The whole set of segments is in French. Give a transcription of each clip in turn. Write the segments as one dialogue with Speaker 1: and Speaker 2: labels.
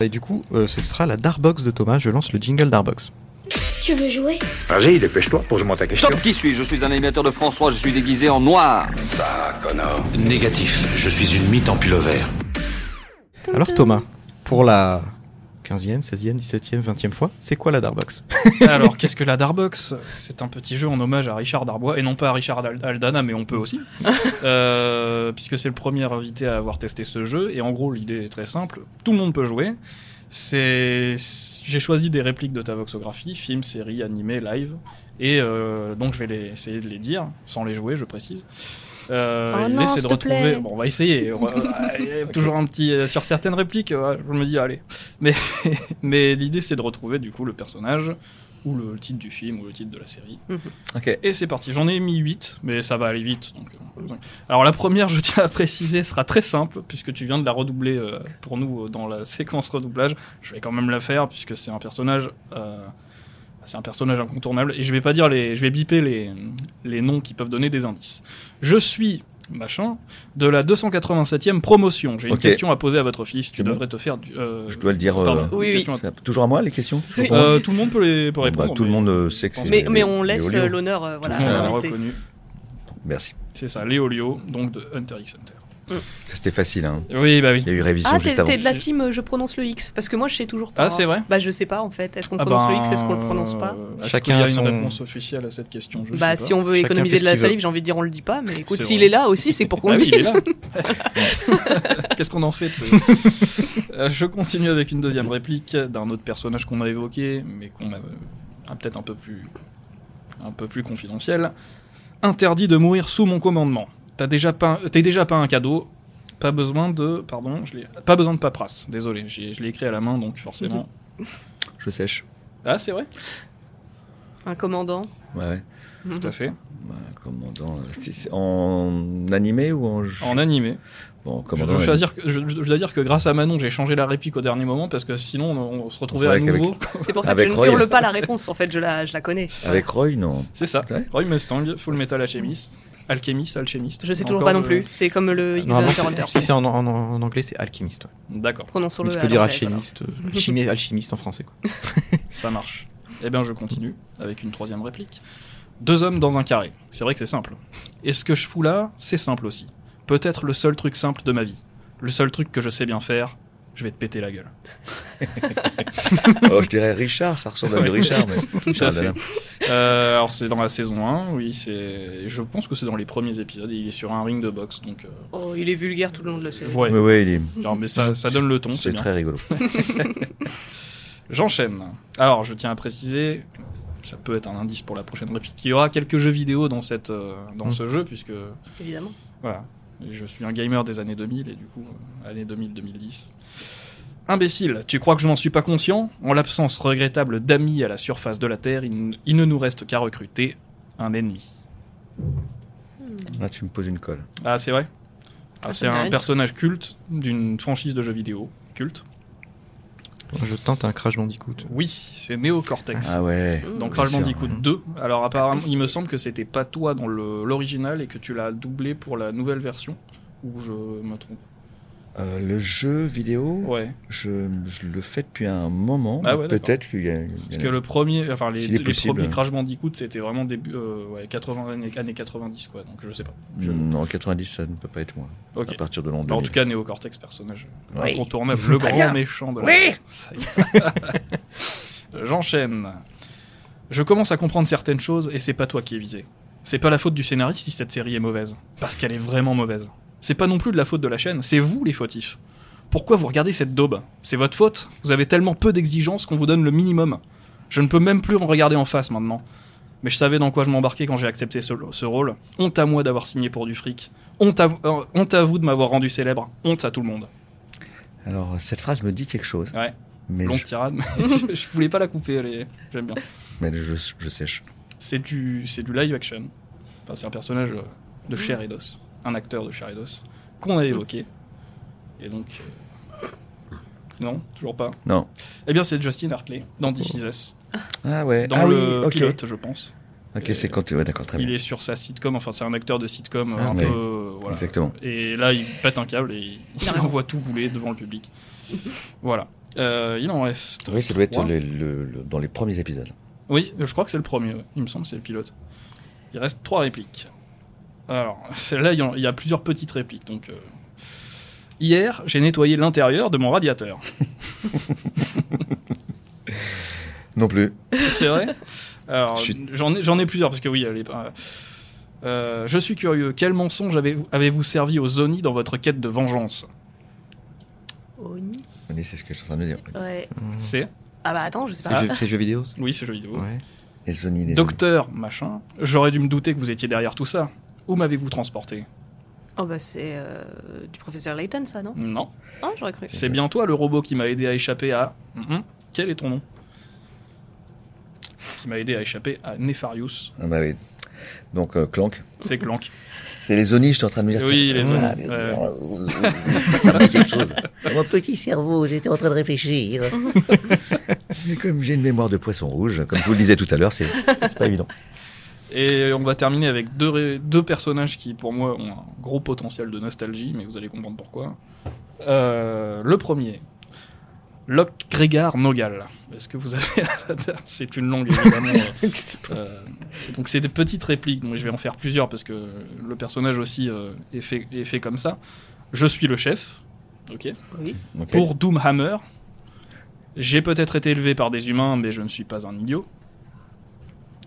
Speaker 1: Et du coup, euh, ce sera la Darbox de Thomas. Je lance le jingle Darbox.
Speaker 2: Tu veux jouer
Speaker 3: Vas-y, dépêche-toi, pose-moi ta question.
Speaker 4: Stop, qui suis-je Je suis un animateur de France 3, je suis déguisé en noir.
Speaker 3: Ça, Connor.
Speaker 5: Négatif, je suis une mythe en pullover.
Speaker 1: Alors Thomas, pour la 15e, 16e, 17e, 20e fois, c'est quoi la Darbox
Speaker 6: Alors, qu'est-ce que la Darbox C'est un petit jeu en hommage à Richard Darbois, et non pas à Richard Al- Aldana, mais on peut aussi, Euh, puisque c'est le premier invité à avoir testé ce jeu. Et en gros, l'idée est très simple tout le monde peut jouer. C'est, j'ai choisi des répliques de ta voxographie, films, séries, animés, live, et euh, donc je vais les, essayer de les dire sans les jouer, je précise. Euh,
Speaker 7: Oh
Speaker 6: et
Speaker 7: non,
Speaker 6: l'essayer
Speaker 7: s'il
Speaker 6: de
Speaker 7: te
Speaker 6: retrouver.
Speaker 7: plaît.
Speaker 6: Bon, on va essayer. On va- euh, Toujours un petit euh, sur certaines répliques. euh, je me dis allez, mais mais l'idée c'est de retrouver du coup le personnage ou le titre du film ou le titre de la série.
Speaker 7: Mhm.
Speaker 1: Ok.
Speaker 6: Et c'est parti, j'en ai mis 8, mais ça va aller vite. donc, euh, pas besoin. Alors la première, je tiens à préciser, sera très simple, puisque tu viens de la redoubler euh, pour nous euh, dans la séquence redoublage. Je vais quand même la faire, puisque c'est un personnage... euh, c'est un personnage incontournable, et je vais pas dire les... Je vais biper les, les noms qui peuvent donner des indices. Je suis, machin, de la 287e promotion. J'ai une
Speaker 8: Ok.
Speaker 6: question à poser à votre fils, tu
Speaker 8: C'est bon
Speaker 6: devrais te faire... Du, euh,
Speaker 8: Je dois le dire. euh,
Speaker 6: pardon,
Speaker 7: Oui,
Speaker 6: une
Speaker 7: oui.
Speaker 6: question à-
Speaker 8: c'est toujours à moi les questions
Speaker 7: Oui.
Speaker 8: Toujours à moi
Speaker 6: Euh, tout le monde peut les peut
Speaker 8: Bon, bah,
Speaker 6: répondre.
Speaker 8: Tout le
Speaker 6: mais-
Speaker 8: monde euh, sait que
Speaker 6: Mais-
Speaker 8: c'est.
Speaker 7: Mais,
Speaker 8: les-
Speaker 7: mais on
Speaker 8: les
Speaker 7: laisse
Speaker 8: Olio.
Speaker 7: euh, l'honneur euh, voilà,
Speaker 6: tout le monde
Speaker 7: à
Speaker 6: l'a
Speaker 7: l'invité.
Speaker 6: reconnu.
Speaker 8: Merci.
Speaker 6: C'est ça, Léolio, donc de Hunter x Hunter.
Speaker 8: Ça, C'était facile. hein.
Speaker 6: Oui, bah oui.
Speaker 8: Il y a eu révision
Speaker 7: Ah, t'es
Speaker 8: juste avant.
Speaker 7: t'es de la team euh, je prononce le X parce que moi je sais toujours pas.
Speaker 6: Ah, c'est vrai
Speaker 7: Bah je sais pas en fait. Est-ce qu'on
Speaker 6: Ah
Speaker 7: prononce
Speaker 6: ben,
Speaker 7: le X Est-ce qu'on le prononce pas
Speaker 6: euh, est-ce
Speaker 1: Chacun
Speaker 6: qu'il y a
Speaker 1: a
Speaker 6: une
Speaker 1: son-
Speaker 6: réponse officielle à cette question. Je
Speaker 7: Bah
Speaker 6: sais
Speaker 7: si on veut
Speaker 1: Chacun fait
Speaker 7: économiser
Speaker 1: ce
Speaker 7: de la
Speaker 1: qu'il veut.
Speaker 7: salive, j'ai envie de dire on le dit pas, mais écoute,
Speaker 6: C'est
Speaker 7: s'il
Speaker 6: vrai.
Speaker 7: est là aussi, c'est pour qu'on
Speaker 6: pas.
Speaker 7: le
Speaker 6: Ah oui, il est
Speaker 7: dise.
Speaker 6: là. Qu'est-ce qu'on en fait ce- Euh, Je continue avec une deuxième réplique d'un autre personnage qu'on a évoqué, mais qu'on a, euh, peut-être un peu plus, un peu plus confidentiel. Interdit de mourir sous mon commandement. T'as déjà pas, t'es déjà pas un cadeau. Pas besoin de, pardon, je l'ai, pas besoin de paperasse. Désolé, j'ai- je l'ai écrit à la main, donc forcément.
Speaker 7: Mm-hmm.
Speaker 8: Je sèche.
Speaker 6: Ah, c'est vrai.
Speaker 7: Un commandant.
Speaker 8: Ouais, ouais.
Speaker 6: Tout à fait.
Speaker 8: Bah, commandant. euh, c'est- c'est en animé ou en. jeu
Speaker 6: En animé.
Speaker 8: Bon,
Speaker 6: Je
Speaker 8: commandant.
Speaker 6: dois,
Speaker 8: en
Speaker 6: choisir que- je- je dois dire que grâce à Manon, j'ai changé la réplique au dernier moment parce que sinon on, on se retrouvait à
Speaker 8: C'est vrai qu'avec-
Speaker 6: nouveau.
Speaker 7: C'est pour ça
Speaker 8: Avec
Speaker 7: que je
Speaker 8: Roy.
Speaker 7: ne hurle pas la réponse en fait, je la, je la connais.
Speaker 8: animé. Avec Roy, non.
Speaker 6: C'est ça.
Speaker 8: Ouais.
Speaker 6: Roy Mustang, Full Metal Alchemist, Alchemist, Alchemist.
Speaker 7: Je sais
Speaker 6: Encore, euh,
Speaker 7: toujours pas non
Speaker 6: je-
Speaker 7: plus. C'est comme le X de
Speaker 1: Normalement, c'est-
Speaker 7: Hunter x Hunter.
Speaker 1: si c'est en, en- en anglais, c'est alchimiste. ouais.
Speaker 6: D'accord,
Speaker 7: Prononçons-le.
Speaker 1: Mais tu
Speaker 7: à
Speaker 1: peux dire
Speaker 7: l'anglaise, alors.
Speaker 1: alchimiste, euh, alchimie- alchimiste en français. quoi.
Speaker 6: ça marche. Eh bien, je continue avec une troisième réplique. Deux hommes dans un carré. C'est vrai que c'est simple. Et ce que je fous là, c'est simple aussi. Peut-être le seul truc simple de ma vie. Le seul truc que je sais bien faire, je vais te péter la gueule.
Speaker 8: Oh, je dirais Richard, ça ressemble à
Speaker 6: Ouais.
Speaker 8: du Richard. Mais...
Speaker 6: Tout à
Speaker 8: Richard
Speaker 6: fait.
Speaker 8: Dana.
Speaker 6: Euh, alors c'est dans la saison 1, oui, c'est je pense que c'est dans les premiers épisodes, et il est sur un ring de boxe donc euh,
Speaker 7: Oh, il est vulgaire tout le long de la série.
Speaker 6: ouais.
Speaker 8: Mais ouais, il est-
Speaker 6: Genre, mais ça, ça donne le ton, c'est
Speaker 8: C'est
Speaker 6: bien.
Speaker 8: très rigolo.
Speaker 6: J'enchaîne. Alors, je tiens à préciser, ça peut être un indice pour la prochaine réplique, qu'il y aura quelques jeux vidéo dans, cette, euh, dans
Speaker 1: Mm.
Speaker 6: ce jeu, puisque,
Speaker 7: Évidemment.
Speaker 6: voilà, je suis un gamer des années 2000, et du coup, euh, années 2000-2010. Imbécile, tu crois que je m'en suis pas conscient En l'absence regrettable d'amis à la surface de la Terre, il, n- il ne nous reste qu'à recruter un ennemi.
Speaker 8: Là, tu me poses une colle.
Speaker 6: Ah, c'est vrai Ah,
Speaker 7: Ah,
Speaker 6: C'est
Speaker 7: ça me
Speaker 6: un
Speaker 7: reste.
Speaker 6: personnage culte d'une franchise de jeux vidéo culte.
Speaker 1: Je tente un Crash Bandicoot.
Speaker 6: Oui, c'est Neo Cortex.
Speaker 8: Ah ouais.
Speaker 6: Donc
Speaker 7: Mm.
Speaker 8: Bien
Speaker 6: Crash
Speaker 8: sûr.
Speaker 6: Bandicoot 2. Alors apparemment, il me semble que c'était pas toi dans le- l'original et que tu l'as doublé pour la nouvelle version. Ou je me trompe.
Speaker 8: Euh, le jeu vidéo,
Speaker 6: Ouais.
Speaker 8: je, je le fais depuis un moment.
Speaker 6: Ah ouais, d'accord.
Speaker 8: Peut-être qu'il y a. il y
Speaker 6: Parce
Speaker 8: en
Speaker 6: que
Speaker 8: a-
Speaker 6: le premier, enfin les,
Speaker 8: S'il est
Speaker 6: les
Speaker 8: possible.
Speaker 6: premiers Crash Bandicoot, c'était vraiment début euh, ouais, 80 années, années 90 quoi. Donc je sais pas. je-
Speaker 8: Mm, En 90, ça ne peut pas être moi.
Speaker 6: Ok.
Speaker 8: À partir de l'an
Speaker 6: Bah, en
Speaker 8: 2000.
Speaker 6: tout cas, Néocortex, personnage
Speaker 8: Oui.
Speaker 6: incontournable, le
Speaker 8: Très
Speaker 6: grand
Speaker 8: bien.
Speaker 6: méchant de la-
Speaker 8: Oui.
Speaker 6: Ça y est. J'enchaîne. Je commence à comprendre certaines choses et c'est pas toi qui es visé. C'est pas la faute du scénariste si cette série est mauvaise. Parce qu'elle est vraiment mauvaise. C'est pas non plus de la faute de la chaîne, c'est vous les fautifs. Pourquoi vous regardez cette daube C'est votre faute Vous avez tellement peu d'exigences qu'on vous donne le minimum. Je ne peux même plus me regarder en face maintenant. Mais je savais dans quoi je m'embarquais quand j'ai accepté ce, ce rôle. Honte à moi d'avoir signé pour du fric. Honte à, euh, honte à vous de m'avoir rendu célèbre. Honte à tout le monde.
Speaker 8: Alors, cette phrase me dit quelque chose.
Speaker 6: Ouais.
Speaker 8: Mais,
Speaker 6: Longue
Speaker 8: je,
Speaker 6: tirade, mais je, je voulais pas la couper, elle est- j'aime bien.
Speaker 8: mais je, je sèche.
Speaker 6: C'est du, c'est du live action. Enfin, c'est un personnage euh, de chair et d'os. Un acteur de chair et d'os. Qu'on a évoqué. Et donc. euh, Non, toujours pas.
Speaker 8: Non.
Speaker 6: Eh bien, c'est Justin Hartley dans This Is Us.
Speaker 8: Ah ouais.
Speaker 6: Dans
Speaker 8: ah
Speaker 6: le
Speaker 8: oui, ok.
Speaker 6: pilote, je pense.
Speaker 8: Ok, c'est quand tu. Ouais, d'accord, très
Speaker 6: Il
Speaker 8: bien.
Speaker 6: est sur sa sitcom, enfin, c'est un acteur de sitcom euh,
Speaker 8: Ah,
Speaker 6: un
Speaker 8: ouais.
Speaker 6: peu. euh, voilà.
Speaker 8: Exactement.
Speaker 6: Et là, il pète un câble et il,
Speaker 7: Il a raison.
Speaker 6: envoie tout bouler devant le public. voilà. Euh, il en reste.
Speaker 8: Oui, ça doit être
Speaker 6: trois.
Speaker 8: le- le- le- dans les premiers épisodes.
Speaker 6: Oui, je crois que c'est le premier, ouais. il me semble, c'est le pilote. Il reste trois répliques. Alors, celle-là, il y en- il y, a plusieurs petites répliques. Donc, euh, Hier, j'ai nettoyé l'intérieur de mon radiateur.
Speaker 8: Non plus.
Speaker 6: C'est vrai Alors,
Speaker 8: Je suis-
Speaker 6: j'en ai, j'en ai plusieurs, parce que oui, elle est pas- Euh, je suis curieux, quel mensonge avez-vous avez-vous servi aux Zoni dans votre quête de vengeance
Speaker 8: Mmh.
Speaker 7: Oni
Speaker 8: Oui, c'est ce que je suis en train de dire.
Speaker 7: Ouais.
Speaker 1: Euh,
Speaker 6: C'est
Speaker 7: Ah bah attends, je sais
Speaker 1: C'est
Speaker 7: pas.
Speaker 1: jeu- c'est jeux vidéo ça
Speaker 6: Oui, c'est jeu vidéo.
Speaker 1: Ouais.
Speaker 8: Les Sony, les
Speaker 6: Docteur, machin, j'aurais dû me douter que vous étiez derrière tout ça. Où m'avez-vous transporté
Speaker 7: Oh bah c'est euh, du professeur Layton, ça, non
Speaker 6: Non.
Speaker 7: Ah, j'aurais cru.
Speaker 6: C'est bien toi le robot qui m'a aidé à échapper à. Mhm. Quel est ton nom Qui m'a aidé à échapper à Nefarius.
Speaker 8: Ah bah oui. Donc, euh, Clank.
Speaker 6: C'est Clank.
Speaker 8: C'est les Sony, je suis en train de me dire.
Speaker 6: Oui, les
Speaker 8: Ah,
Speaker 6: Sony,
Speaker 8: mais-
Speaker 2: Ça me dit quelque chose. Dans Mon petit cerveau, j'étais en train de réfléchir.
Speaker 8: Mais comme j'ai une mémoire de poisson rouge, comme je vous le disais tout à l'heure, c'est c'est pas évident.
Speaker 6: Et on va terminer avec deux, ré- deux personnages qui, pour moi, ont un gros potentiel de nostalgie, mais vous allez comprendre pourquoi. Euh, le premier, Locke Grégard Nogal. Est-ce que vous avez la C'est une longue, évidemment. euh, euh, donc, c'est des petites répliques, donc je vais en faire plusieurs parce que le personnage aussi euh, est, fait, est fait comme ça. Je suis le chef. Ok.
Speaker 7: Oui.
Speaker 8: Ok.
Speaker 6: Pour Doomhammer, j'ai peut-être été élevé par des humains, mais je ne suis pas un idiot.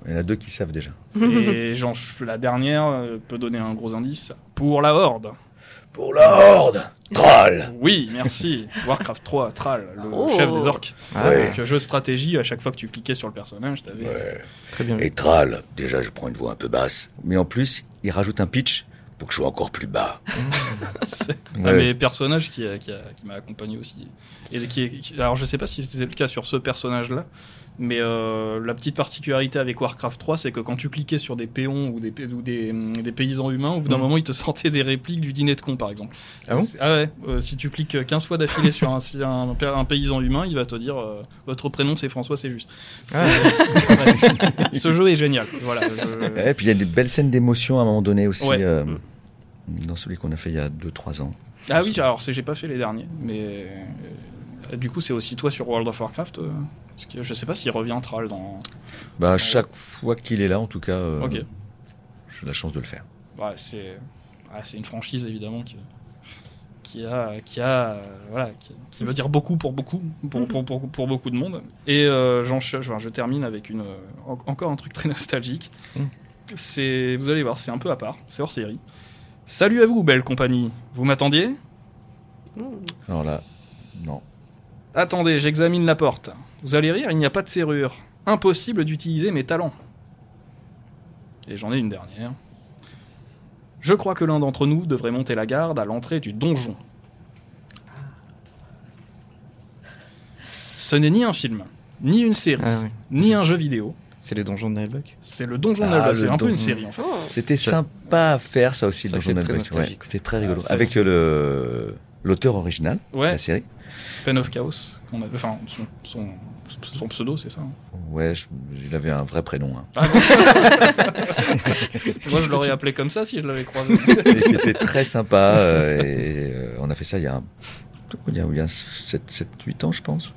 Speaker 8: Il y en a deux qui savent déjà.
Speaker 6: Et genre, la dernière euh, peut donner un gros indice. Pour la Horde.
Speaker 8: Pour la Horde Troll
Speaker 6: Oui, merci. Warcraft 3, Thrall, le
Speaker 7: Oh.
Speaker 6: chef des orques.
Speaker 1: Ah,
Speaker 6: Donc, jeu de stratégie, à chaque fois que tu cliquais sur le personnage, t'avais...
Speaker 1: Très bien.
Speaker 8: Et Tral, déjà je prends une voix un peu basse. Mais en plus, il rajoute un pitch pour que je sois encore plus bas.
Speaker 6: C'est un
Speaker 8: Ouais.
Speaker 6: des personnages Ah, qui, a- qui, a- qui m'a accompagné aussi. Et qui, est- qui- alors, je sais pas si c'était le cas sur ce personnage-là, mais euh, la petite particularité avec Warcraft 3, c'est que quand tu cliquais sur des péons ou des, pé- ou des, hum, des paysans humains, au bout d'un
Speaker 1: Mhm.
Speaker 6: moment, ils te sortaient des répliques du dîner de con, par exemple.
Speaker 1: Ah bon
Speaker 6: C'est- Ah ouais, euh, si tu cliques 15 fois d'affilée sur un, si un, pa- un paysan humain, il va te dire euh, Votre prénom, c'est François, c'est juste. C'est-
Speaker 1: Ah.
Speaker 6: c'est- ouais. Ce jeu est génial. Voilà, je-
Speaker 1: Eh,
Speaker 8: Et puis il y a des belles scènes d'émotion à un moment donné aussi.
Speaker 6: Ouais.
Speaker 8: euh, dans celui qu'on a fait il y a 2-3 ans.
Speaker 6: Ah oui, alors c'est- j'ai pas fait les derniers, mais euh, du coup c'est aussi toi sur World of Warcraft. euh, parce que je sais pas s'il revient Thrall dans.
Speaker 8: Bah, à chaque fois qu'il est là, en tout cas, euh,
Speaker 6: Ok.
Speaker 8: j'ai la chance de le faire.
Speaker 6: Ouais, c'est ouais, c'est une franchise évidemment qui qui a qui a euh, voilà qui, qui veut dire beaucoup pour beaucoup pour pour, pour, pour beaucoup de monde. Et euh, j'en je, enfin, je termine avec une euh, en- encore un truc très nostalgique.
Speaker 1: Mhm.
Speaker 6: C'est vous allez voir, c'est un peu à part, c'est hors série. Salut à vous, belle compagnie. Vous m'attendiez
Speaker 7: Ouh.
Speaker 8: Alors là, non.
Speaker 6: Attendez, j'examine la porte. Vous allez rire, il n'y a pas de serrure. Impossible d'utiliser mes talents. Et j'en ai une dernière. Je crois que l'un d'entre nous devrait monter la garde à l'entrée du donjon. Ce n'est ni un film, ni une série,
Speaker 1: Ah, oui.
Speaker 6: ni un jeu vidéo.
Speaker 1: C'est les donjons de Nailbuck
Speaker 6: C'est le donjon
Speaker 8: Ah,
Speaker 6: de la
Speaker 8: le
Speaker 6: C'est un peu une
Speaker 8: donjon.
Speaker 6: série en fait.
Speaker 7: Oh.
Speaker 8: C'était
Speaker 1: Ça-
Speaker 8: sympa à faire, ça aussi,
Speaker 1: Ça,
Speaker 8: dans
Speaker 1: c'est
Speaker 8: Zone
Speaker 1: très
Speaker 8: Break, ouais.
Speaker 1: nostalgique.
Speaker 8: C'était très rigolo.
Speaker 6: Ah, ça,
Speaker 8: Avec
Speaker 6: c'est-
Speaker 8: euh, le l'auteur original,
Speaker 6: Ouais,
Speaker 8: la série.
Speaker 6: Pen of Chaos. qu'on avait- Enfin, son, son, son pseudo, c'est ça. hein.
Speaker 8: Ouais, je- il avait un vrai prénom.
Speaker 6: Ah.
Speaker 8: hein.
Speaker 6: Moi, je l'aurais appelé comme ça si je l'avais croisé.
Speaker 8: et qui était très sympa. euh, et euh, on a fait ça il y a, un- il y a, il y a 7, 8 ans, je pense.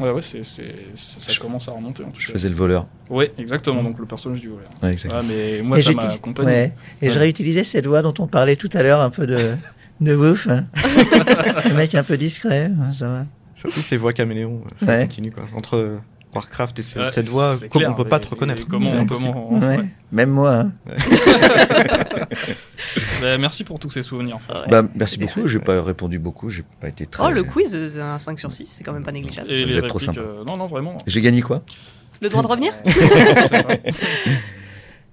Speaker 6: Ouais, ouais, c'est, c'est- ça ça
Speaker 8: Je-
Speaker 6: commence à remonter en tout
Speaker 8: Je
Speaker 6: cas.
Speaker 8: faisais le voleur.
Speaker 6: Ouais, exactement. Donc le personnage du voleur.
Speaker 8: Ouais, exactement.
Speaker 6: Ouais, mais moi
Speaker 2: Et
Speaker 6: ça
Speaker 2: j'ai
Speaker 6: m'a
Speaker 2: dit-
Speaker 6: accompagné.
Speaker 2: Ouais. Et je
Speaker 6: Ouais.
Speaker 2: réutilisais cette voix dont on parlait tout à l'heure, un peu de, de ouf. Hein. le mec un peu discret, hein, ça va.
Speaker 1: Ça aussi, c'est voix caméléon. Ça
Speaker 2: Ouais.
Speaker 1: continue, quoi. Entre euh, Warcraft et ce-
Speaker 6: Ouais,
Speaker 1: cette voix,
Speaker 6: c'est
Speaker 1: comment
Speaker 6: clair,
Speaker 1: on peut pas te
Speaker 6: et-
Speaker 1: reconnaître
Speaker 6: et Comment,
Speaker 1: C'est impossible.
Speaker 6: comment
Speaker 2: Ouais. Même moi. hein.
Speaker 6: Bah, merci pour tous ces souvenirs. franchement.
Speaker 8: Bah, merci beaucoup. J'ai pas répondu beaucoup. J'ai pas été très.
Speaker 7: Oh, le quiz, euh, un 5 sur 6, c'est quand même pas négligeable.
Speaker 6: Et
Speaker 8: Vous
Speaker 6: les
Speaker 8: êtes trop
Speaker 6: répliques.
Speaker 8: sympa.
Speaker 6: euh, non, non, vraiment.
Speaker 8: J'ai gagné quoi
Speaker 7: Le droit de revenir
Speaker 6: C'est ça.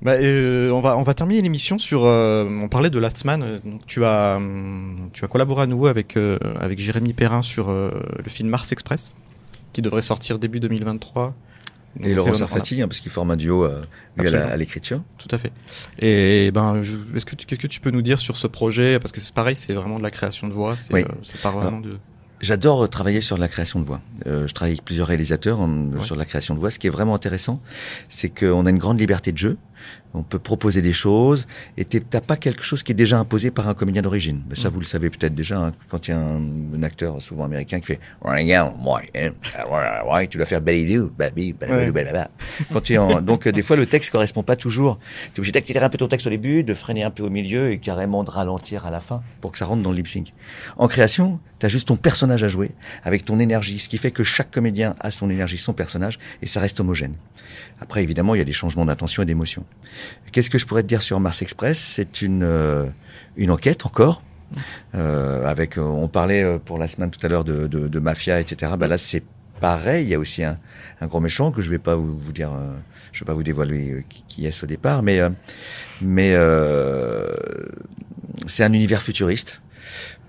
Speaker 1: Bah, euh, on va on va terminer l'émission sur euh, on parlait de Last Man euh, donc tu as hum, tu as collaboré à nouveau avec euh, avec Jérémy Perrin sur euh, le film Mars Express qui devrait sortir début 2023 Donc,
Speaker 8: Et
Speaker 1: c'est-
Speaker 8: Laurent
Speaker 1: on-
Speaker 8: Sarfati, hein, parce qu'il forme un duo euh, lui à la-
Speaker 1: Absolument.
Speaker 8: à l'écriture.
Speaker 1: Tout à fait. Et ben, je- est-ce que tu- qu'est-ce que tu peux nous dire sur ce projet Parce que c'est pareil, c'est vraiment de la création de voix. C'est
Speaker 8: Oui.
Speaker 1: euh, c'est pas vraiment de.
Speaker 8: J'adore euh, travailler sur la création de voix. Euh, je travaille avec plusieurs réalisateurs en- sur la création de voix. Ce qui est vraiment intéressant, c'est qu'on a une grande liberté de jeu. on peut proposer des choses, et t'es- t'as pas quelque chose qui est déjà imposé par un comédien d'origine. Mais ça, vous le savez peut-être déjà, hein, quand il y a un, un acteur, souvent américain, qui fait « Regarde, moi, hein, voilà, ouais, tu dois faire « Balidou, babi, balabadou, balaba ». Quand tu es en- Donc, euh, des fois, le texte correspond pas toujours. T'es obligé d'accélérer un peu ton texte au début, de freiner un peu au milieu, et carrément de ralentir à la fin, pour que ça rentre dans le lip-sync. En création, t'as juste ton personnage à jouer, avec ton énergie, ce qui fait que chaque comédien a son énergie, son personnage, et ça reste homogène. Après, évidemment, il y a des changements d'intention et d'émotion. Qu'est-ce que je pourrais te dire sur Mars Express C'est une euh, une enquête encore. Euh, avec, euh, on parlait euh, pour la semaine tout à l'heure de, de, de mafia, etc. Bah là, c'est pareil. Il y a aussi un, un grand méchant que je vais pas vous, vous dire, euh, je vais pas vous dévoiler euh, qui, qui est au départ, mais euh, mais euh, c'est un univers futuriste.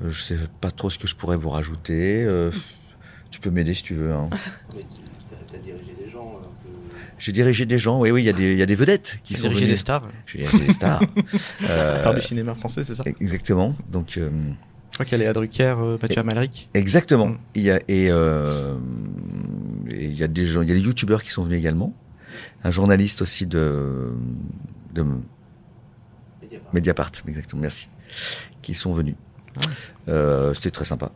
Speaker 8: Euh, Je sais pas trop ce que je pourrais vous rajouter. Euh, tu peux m'aider si tu veux. Hein. J'ai dirigé des gens. Oui, oui, il y a des, il y a des vedettes qui sont
Speaker 1: Diriger des
Speaker 8: venues.
Speaker 1: stars.
Speaker 8: J'ai dirigé des stars. Euh,
Speaker 1: Stars du cinéma français, c'est ça
Speaker 8: Exactement. Donc euh,
Speaker 1: Je crois qu'il y a Léa Drucker, euh, Mathieu Amalric.
Speaker 8: exactement.
Speaker 1: Mm.
Speaker 8: Il y a et euh, et il y a des gens, il y a des youtubeurs qui sont venus également. Un journaliste aussi de de Mediapart, exactement. Merci. Qui sont venus. Euh, C'était très sympa.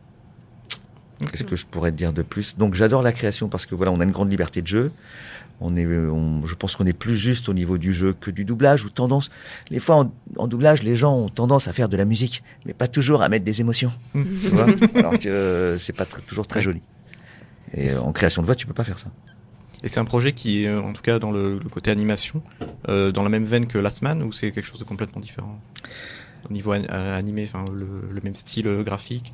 Speaker 8: Qu'est-ce que je pourrais te dire de plus Donc j'adore la création parce que voilà, on a une grande liberté de jeu. On est, on- je pense qu'on est plus juste au niveau du jeu que du doublage ou tendance. Les fois en, en doublage, les gens ont tendance à faire de la musique, mais pas toujours à mettre des émotions. tu vois Alors que euh, c'est pas tr- toujours très joli. Et euh, en création de voix, tu peux pas faire ça.
Speaker 1: Et c'est un projet qui est, euh, en tout cas, dans le, le côté animation, euh, dans la même veine que Last Man, ou c'est quelque chose de complètement différent Au niveau an- euh, animé, enfin, le, le même style euh, graphique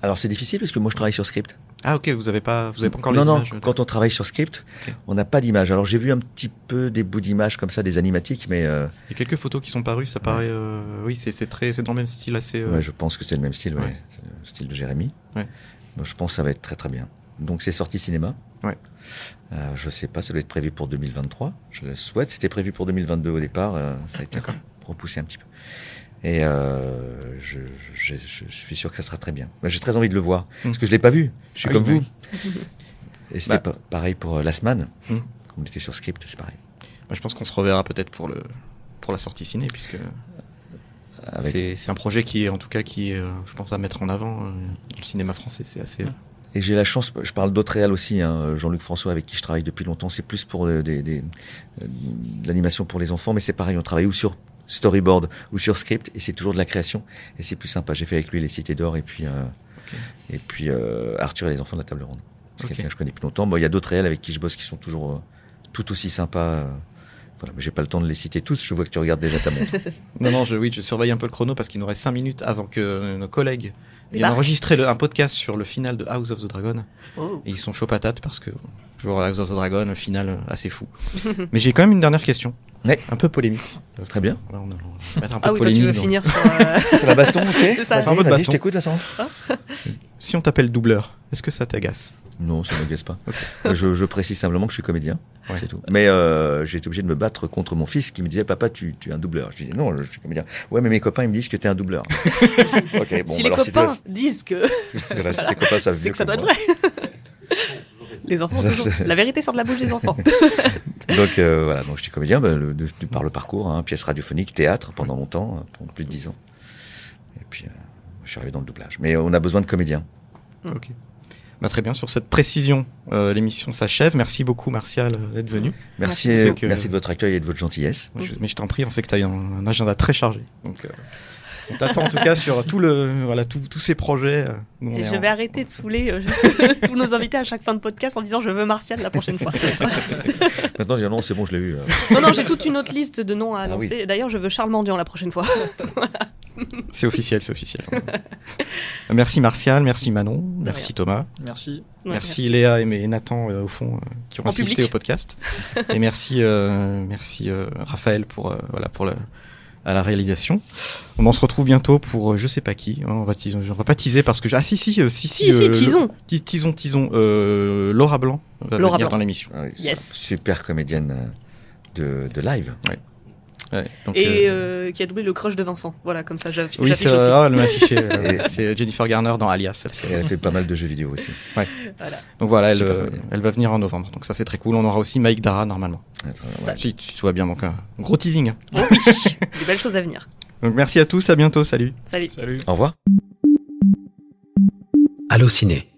Speaker 8: Alors c'est difficile parce que moi je travaille sur script.
Speaker 1: Ah, ok, vous avez pas, vous avez pas encore
Speaker 8: non,
Speaker 1: les
Speaker 8: non,
Speaker 1: images euh,
Speaker 8: quand on travaille sur script,
Speaker 1: Ok.
Speaker 8: on n'a pas d'image. Alors j'ai vu un petit peu des bouts d'images comme ça, des animatiques, mais euh,
Speaker 1: Il y a quelques photos qui sont parues, ça paraît. euh, oui, c'est c'est très, c'est dans le même style assez. euh,
Speaker 8: Ouais, je pense que c'est le même style, ouais.
Speaker 1: Ouais.
Speaker 8: C'est le style de Jérémy.
Speaker 1: Ouais.
Speaker 8: Moi, je pense que ça va être très très bien. Donc c'est sorti cinéma.
Speaker 1: Ouais.
Speaker 8: Euh, je sais pas, ça doit être prévu pour 2023. Je le souhaite. C'était prévu pour 2022 au départ. euh, ça a été repoussé un petit peu. Et euh, je, je, je- je suis sûr que ça sera très bien. Moi, J'ai très envie de le voir parce que je l'ai pas vu. Je suis
Speaker 1: Hmm. Ah oui,
Speaker 8: comme vous.
Speaker 1: oui.
Speaker 8: Et c'était
Speaker 1: Bah.
Speaker 8: pa- pareil pour euh, Last Man.
Speaker 1: Mm.
Speaker 8: Comme on était sur script, c'est pareil.
Speaker 1: bah, je pense qu'on se reverra peut-être pour le pour la sortie ciné, puisque
Speaker 8: Avec-
Speaker 1: Euh, c'est c'est un projet qui est, en tout cas, qui est, euh, je pense, à mettre en avant euh, dans le cinéma français. C'est assez.
Speaker 8: Et j'ai la chance, je parle d'autres réals aussi, hein, Jean-Luc François avec qui je travaille depuis longtemps, c'est plus pour euh, des, des, euh, de l'animation pour les enfants, mais c'est pareil, on travaille ou sur storyboard ou sur script, et c'est toujours de la création, et c'est plus sympa. J'ai fait avec lui Les Cités d'Or et puis, euh, et puis euh, Arthur et les enfants de la table ronde. C'est
Speaker 1: Ok.
Speaker 8: quelqu'un que je connais depuis longtemps. Bon, il y a d'autres réals avec qui je bosse qui sont toujours euh, tout aussi sympas. euh, voilà, mais j'ai pas le temps de les citer tous, je vois que tu regardes déjà ta montre.
Speaker 1: Non, non, je, oui, je surveille un peu le chrono parce qu'il nous reste 5 minutes avant que euh, nos collègues aient
Speaker 7: Débarque.
Speaker 1: enregistré le- un podcast sur le final de House of the Dragon.
Speaker 7: Oh.
Speaker 1: Et ils sont chauds patates parce que, toujours House of the Dragon, le final euh, assez fou. Mais j'ai quand même une dernière question.
Speaker 8: Ouais.
Speaker 1: Un peu polémique.
Speaker 8: Très bien.
Speaker 1: Voilà, on, on va mettre un peu
Speaker 7: Ah
Speaker 1: de
Speaker 7: oui, toi tu
Speaker 1: polémique
Speaker 7: veux
Speaker 1: dans-
Speaker 7: finir sur. euh,
Speaker 8: Sur la baston, ok
Speaker 7: ça.
Speaker 8: Vas-y,
Speaker 1: Un mot de
Speaker 8: vas-y, je
Speaker 1: baston.
Speaker 8: t'écoute, Vincent.
Speaker 1: Si on t'appelle doubleur, est-ce que ça t'agace
Speaker 8: Non, ça ne m'agace pas. Je, je précise simplement que je suis comédien,
Speaker 1: Ouais.
Speaker 8: c'est tout. Mais euh, j'ai été obligé de me battre contre mon fils qui me disait Papa, tu, tu es un doubleur. Je disais Non, je suis comédien. Ouais, mais mes copains, ils me disent que tu es un doubleur. ok, bon,
Speaker 7: si
Speaker 8: bah
Speaker 7: les
Speaker 8: alors si
Speaker 7: copains
Speaker 8: toi-
Speaker 7: disent que
Speaker 8: voilà, si tes copains savent
Speaker 7: c'est
Speaker 8: mieux
Speaker 7: que ça doit
Speaker 8: que
Speaker 7: être
Speaker 8: moi.
Speaker 7: vrai. Les enfants, ont toujours. La vérité sort de la bouche des enfants.
Speaker 8: Donc euh, voilà, donc je suis comédien bah, le- de- de- par le parcours, hein, pièce radiophonique, théâtre pendant longtemps, euh, pendant plus de dix ans. Et puis, euh, je suis arrivé dans le doublage. Mais euh, on a besoin de comédiens.
Speaker 1: Ok. Bah, très bien, sur cette précision, euh, l'émission s'achève. Merci beaucoup, Martial, euh, d'être venu.
Speaker 8: Merci,
Speaker 1: Merci.
Speaker 8: euh,
Speaker 1: C'est que-
Speaker 8: merci de votre accueil et de votre gentillesse.
Speaker 1: Je- mais je t'en prie, on sait que tu as un, un agenda très chargé. Donc, euh, on t'attend en tout cas sur tout le, voilà, tout- tous ces projets. euh, nous, on
Speaker 7: Et
Speaker 1: est
Speaker 7: je
Speaker 1: en-
Speaker 7: vais arrêter de saouler euh, tous nos invités à chaque fin de podcast en disant je veux Martial la prochaine fois.
Speaker 8: Maintenant, je dis, non, c'est bon, je l'ai eu. euh.
Speaker 7: non, non, j'ai toute une autre liste de noms à
Speaker 8: Ah oui.
Speaker 7: annoncer. D'ailleurs, je veux Charles Mendiant la prochaine fois.
Speaker 1: C'est officiel, c'est officiel. merci Martial, merci Manon, merci
Speaker 7: rien.
Speaker 1: Thomas,
Speaker 6: Merci.
Speaker 7: Ouais,
Speaker 1: merci, Léa et, et Nathan euh, au fond euh, qui ont
Speaker 7: En
Speaker 1: assisté
Speaker 7: public.
Speaker 1: au podcast. et merci, euh, merci euh, Raphaël pour euh, voilà pour la, à la réalisation. On en se retrouve bientôt pour euh, je sais pas qui. hein, on va teaser- on va pas teaser parce que j'ai- ah si si euh, si
Speaker 7: Si, si,
Speaker 1: euh,
Speaker 7: Tison.
Speaker 1: le- ti- Tison tison euh, Laura Blanc va
Speaker 7: Laura
Speaker 1: venir
Speaker 7: Blanc.
Speaker 1: dans l'émission.
Speaker 8: Ah oui,
Speaker 7: Yes.
Speaker 8: Super comédienne euh, de, de live.
Speaker 1: Ouais. Ouais, donc,
Speaker 7: Et
Speaker 1: euh,
Speaker 7: euh, qui a doublé le crush de Vincent. Voilà, comme ça, j'affiche
Speaker 1: oui,
Speaker 7: j'affiche
Speaker 1: c'est
Speaker 7: aussi.
Speaker 1: ah, elle m'a affiché, euh, c'est Jennifer Garner dans Alias. elle, c'est-
Speaker 8: Et elle fait pas mal de jeux vidéo aussi.
Speaker 7: Voilà.
Speaker 1: Donc voilà, elle,
Speaker 8: Super
Speaker 1: euh,
Speaker 8: familial.
Speaker 1: elle va venir en novembre. Donc ça, c'est très cool. On aura aussi Mike Dara normalement.
Speaker 7: Ça-
Speaker 1: Si tu te vois bien, donc un gros teasing. hein.
Speaker 7: Oh oui, des belles choses à venir.
Speaker 1: Donc merci à tous, à bientôt, salut.
Speaker 7: Salut.
Speaker 6: Salut.
Speaker 8: Au revoir.
Speaker 5: Allociné,